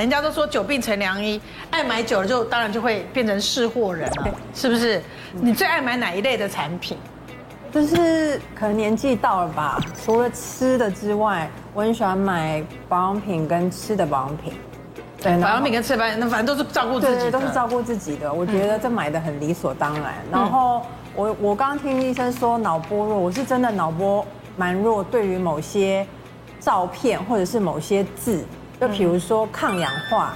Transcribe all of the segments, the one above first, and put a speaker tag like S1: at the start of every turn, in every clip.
S1: 人家都说久病成良医，爱买久了就当然就会变成是货人了，是不是？你最爱买哪一类的产品？
S2: 就是可能年纪到了吧，除了吃的之外，我很喜欢买保养品跟吃的保养品。对，
S1: 保
S2: 然
S1: 养
S2: 后
S1: 品跟吃饭，那反正都是照顾自
S2: 对
S1: 己
S2: 嗯对
S1: 的，
S2: 都是照顾自己的，我觉得这买的很理所当然。
S1: 嗯
S2: 然后我我刚刚听医生说脑波弱，我是真的脑波蛮弱，对于某些照片或者是某些字，就比如说抗氧化，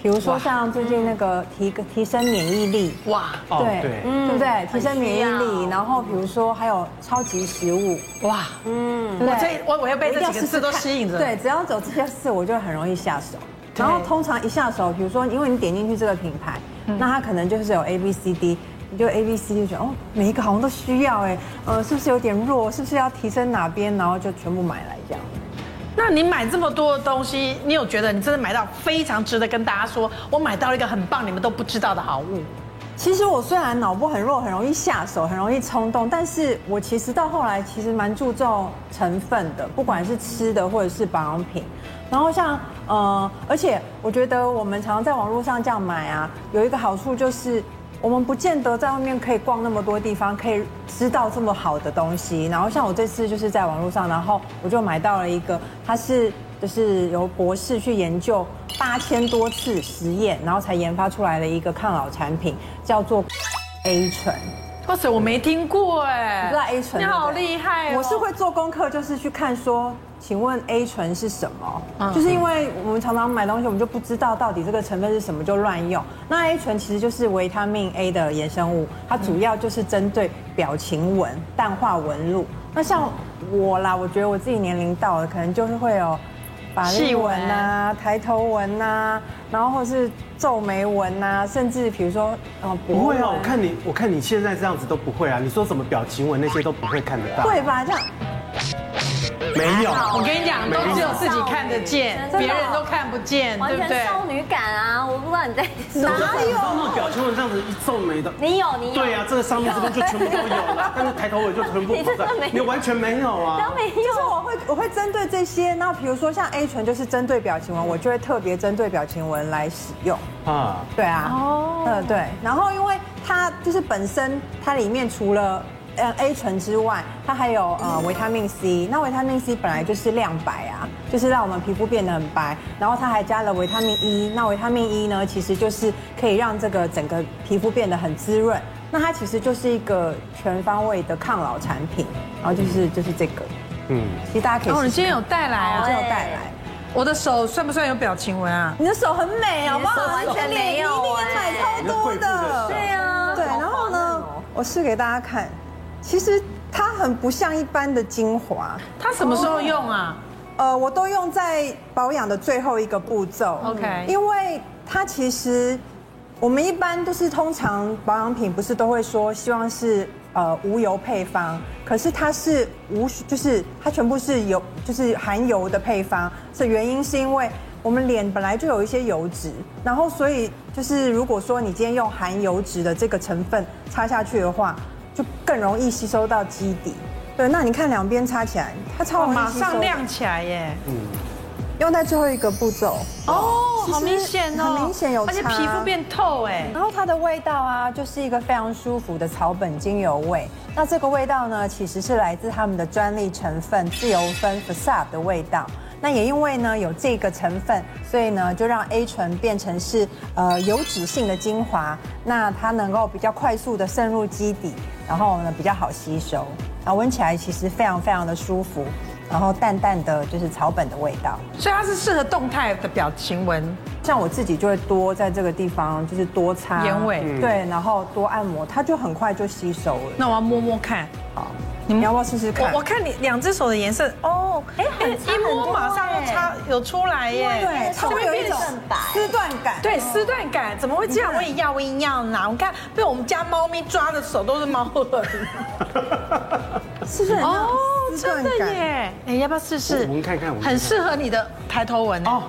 S2: 比如说像最近那个提提升免疫力，
S1: 哇
S3: 哦
S2: 对
S3: 对
S2: 对不对？提升免疫
S1: 需
S2: 力，
S1: 要
S2: 然后比如说还有超级食物，
S1: 哇，
S2: 嗯对
S1: 我哦这我我要被
S2: 一定
S1: 这
S2: 要
S1: 几个字都吸引着，
S2: 试试看对，只要走这些事，我就很容易下手。然后通常一下手，比如说，因为你点进去这个品牌，
S1: 嗯
S2: 那它可能就是有 A B C D，你就 A B C D 觉得哦，每一个好像都需要哎，呃，是不是有点弱？是不是要提升哪边？然后就全部买来这样。
S1: 那你买这么多东西，你有觉得你真的买到非常值得跟大家说，我买到了一个很棒你们都不知道的好物？
S2: 其实我虽然脑波很弱，很容易下手，很容易冲动，但是我其实到后来其实蛮注重成分的，不管是吃的或者是保养品。然后像呃，而且我觉得我们常常在网络上这样买啊，有一个好处就是我们不见得在外面可以逛那么多地方，可以知道这么好的东西。然后像我这次就是在网络上，然后我就买到了一个，它是就是由博士去研究八千多次实验，然后才研发出来的一个抗老产品，叫做 A 醇。
S1: 哇塞，我没听过哎，
S2: 你知道 A 醇？
S1: 你好
S2: 对不对
S1: 厉害哦，
S2: 我是会做功课，就是去看说，请问 A 醇是什
S1: 嗯
S2: 么？就是因为我们常常买东西，我们就不知道到底这个成分是什么，就乱用。那 A 醇其实就是维他命 A 的衍生物，它主要就是针对表情纹、
S1: 嗯
S2: 淡化纹路。那像我啦，我觉得我自己年龄到了，可能就是会有。法
S1: 细
S2: 令
S1: 纹
S2: 纹啊，抬头纹呐、然后或是皱眉纹呐、甚至比如说，呃，脖
S3: 不会啊，
S2: 纹
S3: 我看你，我看你现在这样子都不会啊。你说什么表情纹那些都不会看得到，
S2: 会吧？这样
S3: 没有。
S1: 我跟你讲，都只有自己看得见，
S4: 真的
S1: 别人都看不见，
S4: 完
S1: 对不对
S4: 全？少女感啊！我不知道你在
S3: 哪有？那种表情纹这样子一皱眉的，
S4: 你有你有，
S3: 对啊，这个上面这边就全部都有 了，但是抬头纹就全部
S4: 你
S3: 不
S4: 真的没
S3: 在，
S4: 有
S3: 你完全没有啊
S4: 都。没
S2: 就是
S4: 有。
S2: 我会我会针对这些，那比如说像 A 醇就是针对表情纹，我就会特别针对表情纹来使用。
S3: 啊，
S2: 对啊，哦，嗯对，然后因为它就是本身它里面除了呃 A 醇之外，它还有呃维他命 C，那维他命 C 本来就是亮白啊，就是让我们皮肤变得很白，然后它还加了维他命 E，那维他命 E 呢其实就是可以让这个整个皮肤变得很滋润，那它其实就是一个全方位的抗老产品，然后就是就是这个，
S3: 嗯，
S2: 其实大家可以
S1: 哦，
S2: 试
S1: 你
S2: 试
S1: 今天有带来
S2: 看，我
S1: 啊
S2: 就？有带来。
S1: 我的手算不算有表情纹啊？
S2: 你的手很美，好不好？
S4: 你的手完全
S2: 你一
S4: 没有
S2: 定
S4: 哎
S2: 买超多的。
S3: 对
S4: 啊
S2: 对，然后呢，我试给大家看，其实它很不像一般的精华，
S1: 它什么时候用啊？
S2: 呃，我都用在保养的最后一个步骤。
S1: OK
S2: 因为它其实我们一般就是通常保养品不是都会说希望是呃无油配方，可是它是无就是它全部是油就是含油的配方，所以原因是因为。我们脸本来就有一些油脂，然后所以就是如果说你今天用含油脂的这个成分擦下去的话，就更容易吸收到基底。对，那你看两边擦起来，它超
S1: 哦，
S2: 容易
S1: 马
S2: 吸收的
S1: 上亮起来耶！
S2: 用在最后一个步骤。
S1: 哦，
S2: 其实
S1: 好明显哦，
S2: 很明显有差
S1: 而且皮肤变透哎。
S2: 然后它的味道啊，就是一个非常舒服的草本精油味。那这个味道呢，其实是来自他们的专利成分自由酚 FSAP 的味道。那也因为呢有这个成分，所以呢就让 A 醇变成是呃油脂性的精华，那它能够比较快速的渗入基底，然后呢比较好吸收。啊，闻起来其实非常非常的舒服，然后淡淡的就是草本的味道。
S1: 所以它是适合动态的表情纹，
S2: 像我自己就会多在这个地方，就是多擦
S1: 眼尾
S2: 对，然后多按摩，它就很快就吸收了。
S1: 那我要摸摸看。
S2: 好，你要不要试试看
S1: 我我？看你两只手的颜色哦，
S4: 哎很差
S1: 一
S4: 很
S1: 摸
S4: 多
S1: 马上
S4: 哎
S1: 就差有出来耶，
S2: 对，它
S1: 这
S2: 会
S1: 边
S2: 有一
S1: 变
S2: 种
S1: 成
S2: 丝断感。
S1: 对丝断感，怎么会这样？我也要，我也要拿。我看被我们家猫咪抓的手都是猫痕。
S2: 是不是很 像
S1: 哦，
S2: 丝
S1: 真
S2: 断
S1: 的
S2: 感？
S1: 耶！哎，要不要试试？
S3: 我们看看我们看看
S1: 很适合你的抬头纹。哦，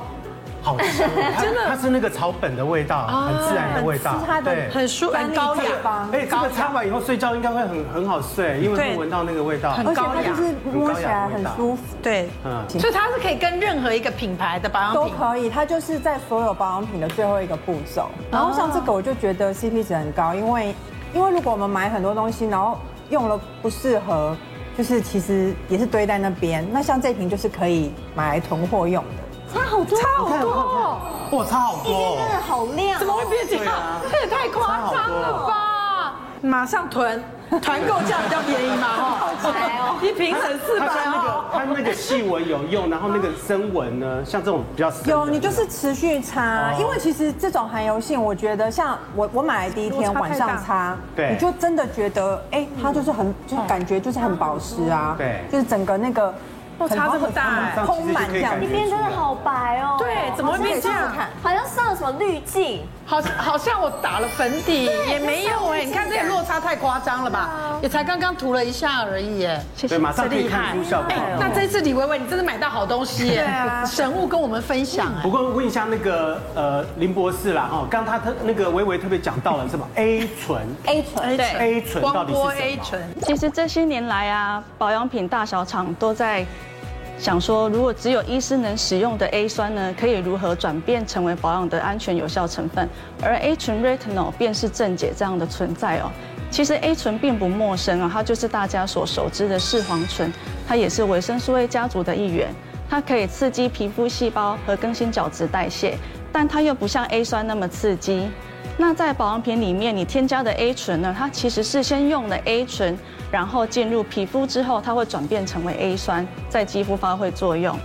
S3: 哦，好香哦，真的，它是那个草本的味道，很自然的味道，
S2: 啊是它的
S3: 对
S1: 很舒
S2: 专利
S1: 很高雅
S2: 配方
S3: 哎，这个擦完以后睡觉应该会很很好睡，因为
S1: 对
S3: 会闻到那个味道。
S1: 很
S2: 而且
S1: 高
S2: 它
S1: 雅
S2: 就是摸起来很舒服，
S1: 对，
S3: 嗯，
S1: 所以它是可以跟任何一个品牌的保养
S2: 都
S1: 品
S2: 可以。它就是在所有保养品的最后一个步
S3: 哦
S2: 骤。然后像这个我就觉得 CP 值很高，因为因为如果我们买很多东西，然后用了不适合，就是其实也是堆在那边。那像这瓶就是可以买来囤货用的。
S4: 差好多，差
S3: 我看我看我看，哇，擦好多
S4: 真的
S3: 哦，
S4: 好亮哦，
S1: 怎么会变这
S3: 对
S1: 样
S3: 啊？
S1: 这也太夸张了吧！马上 囤，团购价比较便宜嘛，哈，
S4: 好宅哦
S1: 一瓶省四
S3: 它
S1: 百
S3: 像那
S1: 哦
S3: 个。它那个细纹有用，然后那个深纹呢，像这种比较深的
S2: 有，你就是持续擦，
S3: 哦
S2: 因为其实这种含油性，我觉得像我我买的第一天
S1: 落差太大
S2: 晚上擦，
S3: 对嗯
S2: 你就真的觉得，哎，它就是很，就是感觉就是很保湿啊，
S3: 对
S2: 就是整个那个
S1: 落差这么大哎
S2: 很丰满这样
S4: 里。面真的好白哦，
S1: 对，怎么会变这样？
S4: 好像上了什么滤镜，
S1: 好，好像我打了粉底也没有哎，你看这也落差太夸张了
S3: 啊
S1: 吧？也才刚刚涂了一下而已哎，
S3: 对，马上可以
S1: 这厉害
S3: 看出效果。
S1: 哎
S3: 哎
S1: 那这次李维维你真的买到好东西耶，
S3: 啊
S1: 神物跟我们分享哎
S3: 不。过问一下那个呃林博士啦，哦，刚刚他特那个维维特别讲到了什么 A 醇
S2: A 醇，
S1: 对
S3: ，A 醇到
S1: 光
S3: 底
S1: 波
S3: 是
S1: A
S3: 什么？
S1: 醇，
S5: 其实这些年来啊，保养品大小厂都在想说，如果只有医师能使用的 A 酸呢，可以如何转变成为保养的安全有效成分？而 A 醇 retinol 便是正解这样的存在哦。其实 A 醇并不陌生啊，它就是大家所熟知的视黄醇，它也是维生素 A 家族的一员。它可以刺激皮肤细胞和更新角质代谢，但它又不像 A 酸那么刺激。那在保养品里面，你添加的 A 醇呢，它其实是先用了 A 醇，然后进入皮肤之后，它会转变成为 A 酸，在肌肤发挥作用。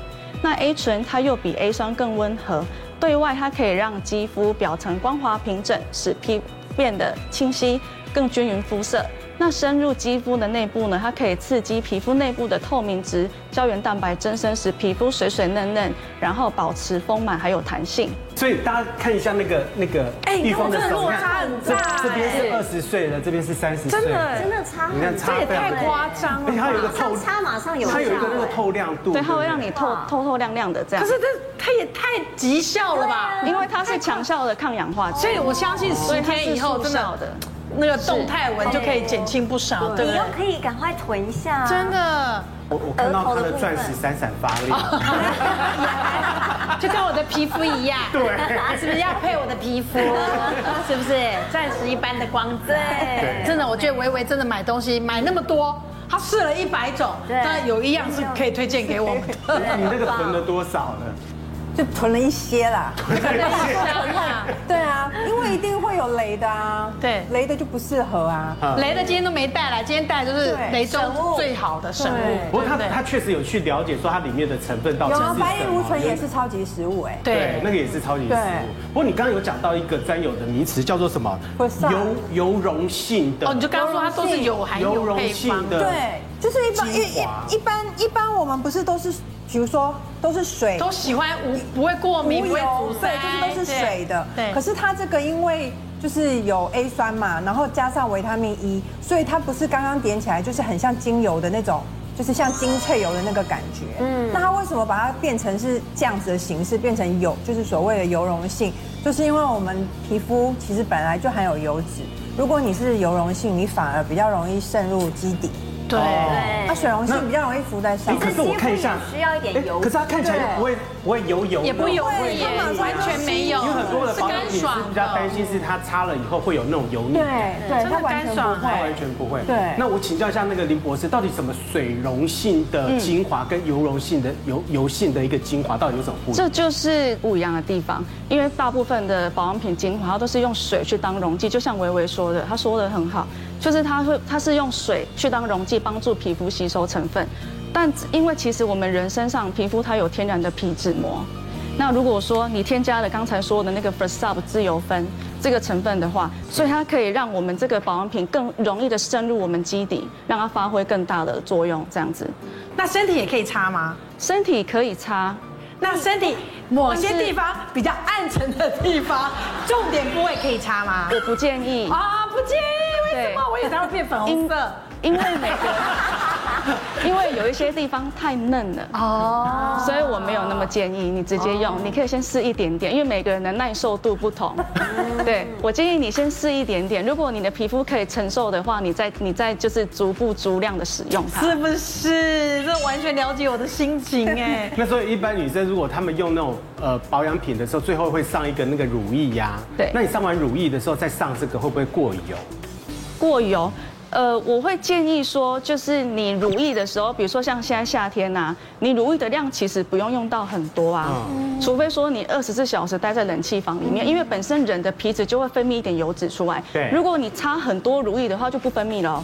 S5: 那 A 醇它又比 A 酸更温和，对外它可以让肌肤表层光滑平整，使皮变得清晰、更均匀肤色。那深入肌肤的内部呢，它可以刺激皮肤内部的透明质、胶原蛋白增生，使皮肤水水嫩嫩，然后保持丰满还有弹性。
S3: 所以大家看一下那个那个
S1: 哎你
S3: 地
S1: 看
S3: 方的
S1: 这个
S3: 手，
S1: 落
S3: 你看
S1: 差很
S3: 这
S1: 大
S3: 这边是二十岁的，这边是三十岁，
S1: 真的
S4: 真的差很
S3: 你
S4: 多，
S3: 看差
S1: 这也
S3: 非常
S1: 太
S3: 多
S1: 夸张了
S3: 而且它有一个
S1: 吧。
S3: 透
S4: 上，擦马上有效，
S3: 它有一个那个透亮度，
S5: 对，它会让
S3: 对
S5: 你透透透亮亮的这样
S1: 可。是这它也太极效了
S3: 啊
S1: 吧？
S5: 因为它是强效的抗氧化
S1: 所
S5: 剂，
S1: 以我相信
S5: 所
S1: 十
S5: 以它
S1: 天
S5: 是
S1: 以后
S5: 速
S1: 真
S5: 效
S1: 的
S5: 的。
S1: 那个动态纹就可以减轻不少，对不对
S4: 你又？可以赶快囤下，
S1: 真的，
S3: 不对我我看到它的钻
S4: 额头的部
S3: 石
S4: 分
S3: 闪闪发亮。
S1: 就跟我的皮肤一样，
S3: 对
S1: 是不是要配我的皮肤？是不是钻石一般的光泽？
S4: 对
S1: 真的，我觉得维维真的买东西买那么多，她试了一百种，
S4: 对
S1: 但有一样是可以推荐给我们的。
S3: 你那个囤了多少呢？
S2: 就囤了一些啦。
S1: 对
S2: 对啊，因为一定会有雷的啊，
S1: 对
S2: 雷的就不适合啊。
S3: 啊
S1: 雷的今天都没带来，今天带的就是
S2: 对
S1: 雷中最好的生物
S2: 对，
S3: 不过他
S1: 对
S3: 他确实有去了解说它里面的成分到底
S2: 有
S3: 是
S2: 啊
S3: 什，么。
S2: 白藜芦醇也是超级食物哎，
S1: 对
S3: 对，那个也是超级食
S2: 对
S3: 物。不过你刚刚有讲到一个专有的名词，叫做什么
S2: 会？上
S3: 油油溶性的
S1: 哦，你就刚刚说它都是有含
S3: 油
S1: 有配
S3: 溶
S1: 方
S3: 性的，
S2: 对，就是一般一
S3: 精华
S2: 一一般一般我们不是都是，比如说都是水
S1: 都喜欢无不会过
S2: 无
S1: 敏，不会
S2: 油
S1: 腐，
S2: 哦对
S1: 败，，
S2: 就是都是水的。
S1: 对，
S2: 可是它这个因为就是有 A 酸嘛，然后加上维他命 E，所以它不是刚刚点起来就是很像精油的那种。就是像精粹油的那个感觉，嗯，那它为什么把它变成是这样子的形式，变成油，就是所谓的油溶性，就是因为我们皮肤其实本来就含有油脂，如果你是油溶性，你反而比较容易渗入基底，
S1: 对。
S3: 哦
S2: 那
S1: 啊
S4: 对，
S2: 水溶性比较容易浮在上
S3: 哎，
S2: 面。
S3: 可是我看一下
S4: 可是肌肤也需要一点
S3: 哎
S4: 油
S3: 可是它看起来
S2: 对
S3: 不会不会油油的，
S1: 也不油
S2: 不会
S1: 腻，
S2: 它马上
S1: 完全没有，
S3: 因为很多的
S1: 是
S3: 保养
S1: 干
S3: 品是
S1: 爽
S3: 比较担
S1: 的。
S3: 心是它擦了以后会有那种油腻
S2: 对
S3: 感。
S2: 对，
S1: 真的
S2: 它完全
S1: 干爽
S2: 不
S1: 哎
S2: 会
S3: 它。完全不会。
S2: 对
S3: 那我请教一下那个林博士，到底什么水溶性的精华跟油溶性的油油性的一个精华到底有什么不一样？
S5: 这就是不一样的地方，因为大部分的保养品精华它都是用水去当溶剂，就像维维说的，她说的很好，就是它会它是用水去当溶剂，帮助皮肤吸收成分。但因为其实我们人身上皮肤它有天然的皮脂膜，那如果说你添加了刚才说的那个 First Up 自由酚这个成分的话，所以它可以让我们这个保养品更容易的深入我们基底，让它发挥更大的作用，这样子。
S1: 那身体也可以擦吗？
S5: 身体可以擦，
S1: 那身体某些地方比较暗沉的地方，重点部位可以擦吗？
S5: 我不建议。
S1: 哦啊，不介意，为什
S5: 对
S1: 嗯么？我以为它会变粉红色。
S5: 因为每个因为有一些地方太嫩了哦，所以我没有那么建议你直接用，你可以先试一点点，因为每个人的耐受度不同。对我建议你先试一点点，如果你的皮肤可以承受的话，你再你再就是逐步逐量的使用它。
S1: 是不是？这完全了解我的心 情哎。
S3: 那所以一般女生如果她们用那种呃保养品的时候，最后会上一个那个乳液呀、
S5: 对哦
S3: 那你上完乳液的时候再上这个会不会过油？
S5: 过油。呃，我会建议说，就是你乳液的时候，比如说像现在夏天呐、你乳液的量其实不用用到很多啊，除非说你二十四小时待在冷气房里面，因为本身人的皮脂就会分泌一点油脂出来。
S3: 对
S5: 如果你擦很多乳液的话，就不分泌了哦、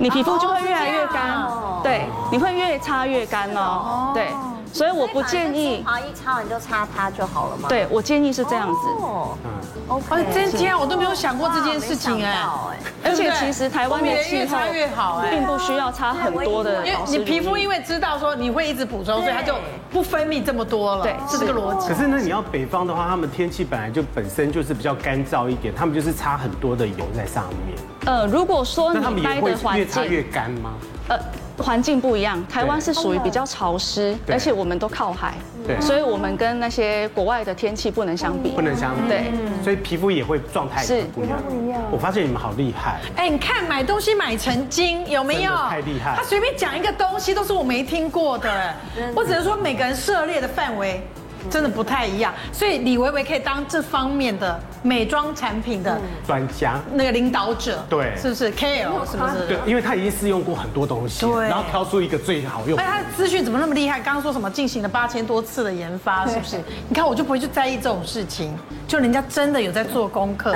S5: 你皮肤就会越来越干。
S4: 哦
S5: 对，你会越擦越干哦。对，所以我不建议。
S4: 好，一擦完就擦它就好了嘛。
S5: 对，我建议是这样子。
S4: 哦
S3: 嗯，
S1: 哎
S4: OK，，
S1: 真天啊，我都没有想过这件事情
S4: 哇没
S1: 哎
S4: 想。到哎
S5: 而
S1: 对
S5: 且
S1: 不对
S5: 其实台湾
S1: 我们
S5: 的
S1: 也
S5: 气
S1: 越
S5: 候
S1: 擦越好哎
S5: 并不需要擦很多的
S1: 因为
S5: 保湿
S1: 你
S5: 乳
S1: 皮肤
S5: 液
S1: 因为知道说你会一直补充，所以它就不分泌这么多了，
S5: 对
S1: 是这个逻辑
S3: 可。是呢，你要北方的话，他们天气本来就本身就是比较干燥一点，他们就是擦很多的油在上面，
S5: 呃，如果说
S3: 那他们
S5: 你
S3: 也
S5: 待
S3: 会
S5: 的环
S3: 越擦越
S5: 境，
S3: 干吗？
S5: 呃，环境不一样，台湾
S3: 对
S5: 是属于比较潮湿，
S3: 对
S5: 而且我们都靠海，
S3: 对
S5: 所以我们跟那些国外的天气不能相比
S3: 不。能相比，
S5: 嗯对，
S3: 所以皮肤也会状态也
S5: 是
S3: 不一样。我发现你们好厉害，
S1: 哎，你看买东西买成精有没有
S3: 真的？太厉害
S1: 他随便讲一个东西都是我没听过的，哎我只能说每个人涉猎的范围真的不太一样，所以李维维可以当这方面的美妆产品的
S3: 专家。
S1: 那个领导者，
S3: 对
S1: 是不是 KOL 是不
S3: 对
S1: 是？，
S3: 因为他已经试用过很多东西，
S1: 对
S3: 然后挑出一个最好用
S1: 而
S3: 的
S1: 且。他的资讯怎么那么厉害？刚刚说什么进行了八千多次的研发，是不是？你看我就不会去在意这种事情，就人家真的有在做功课。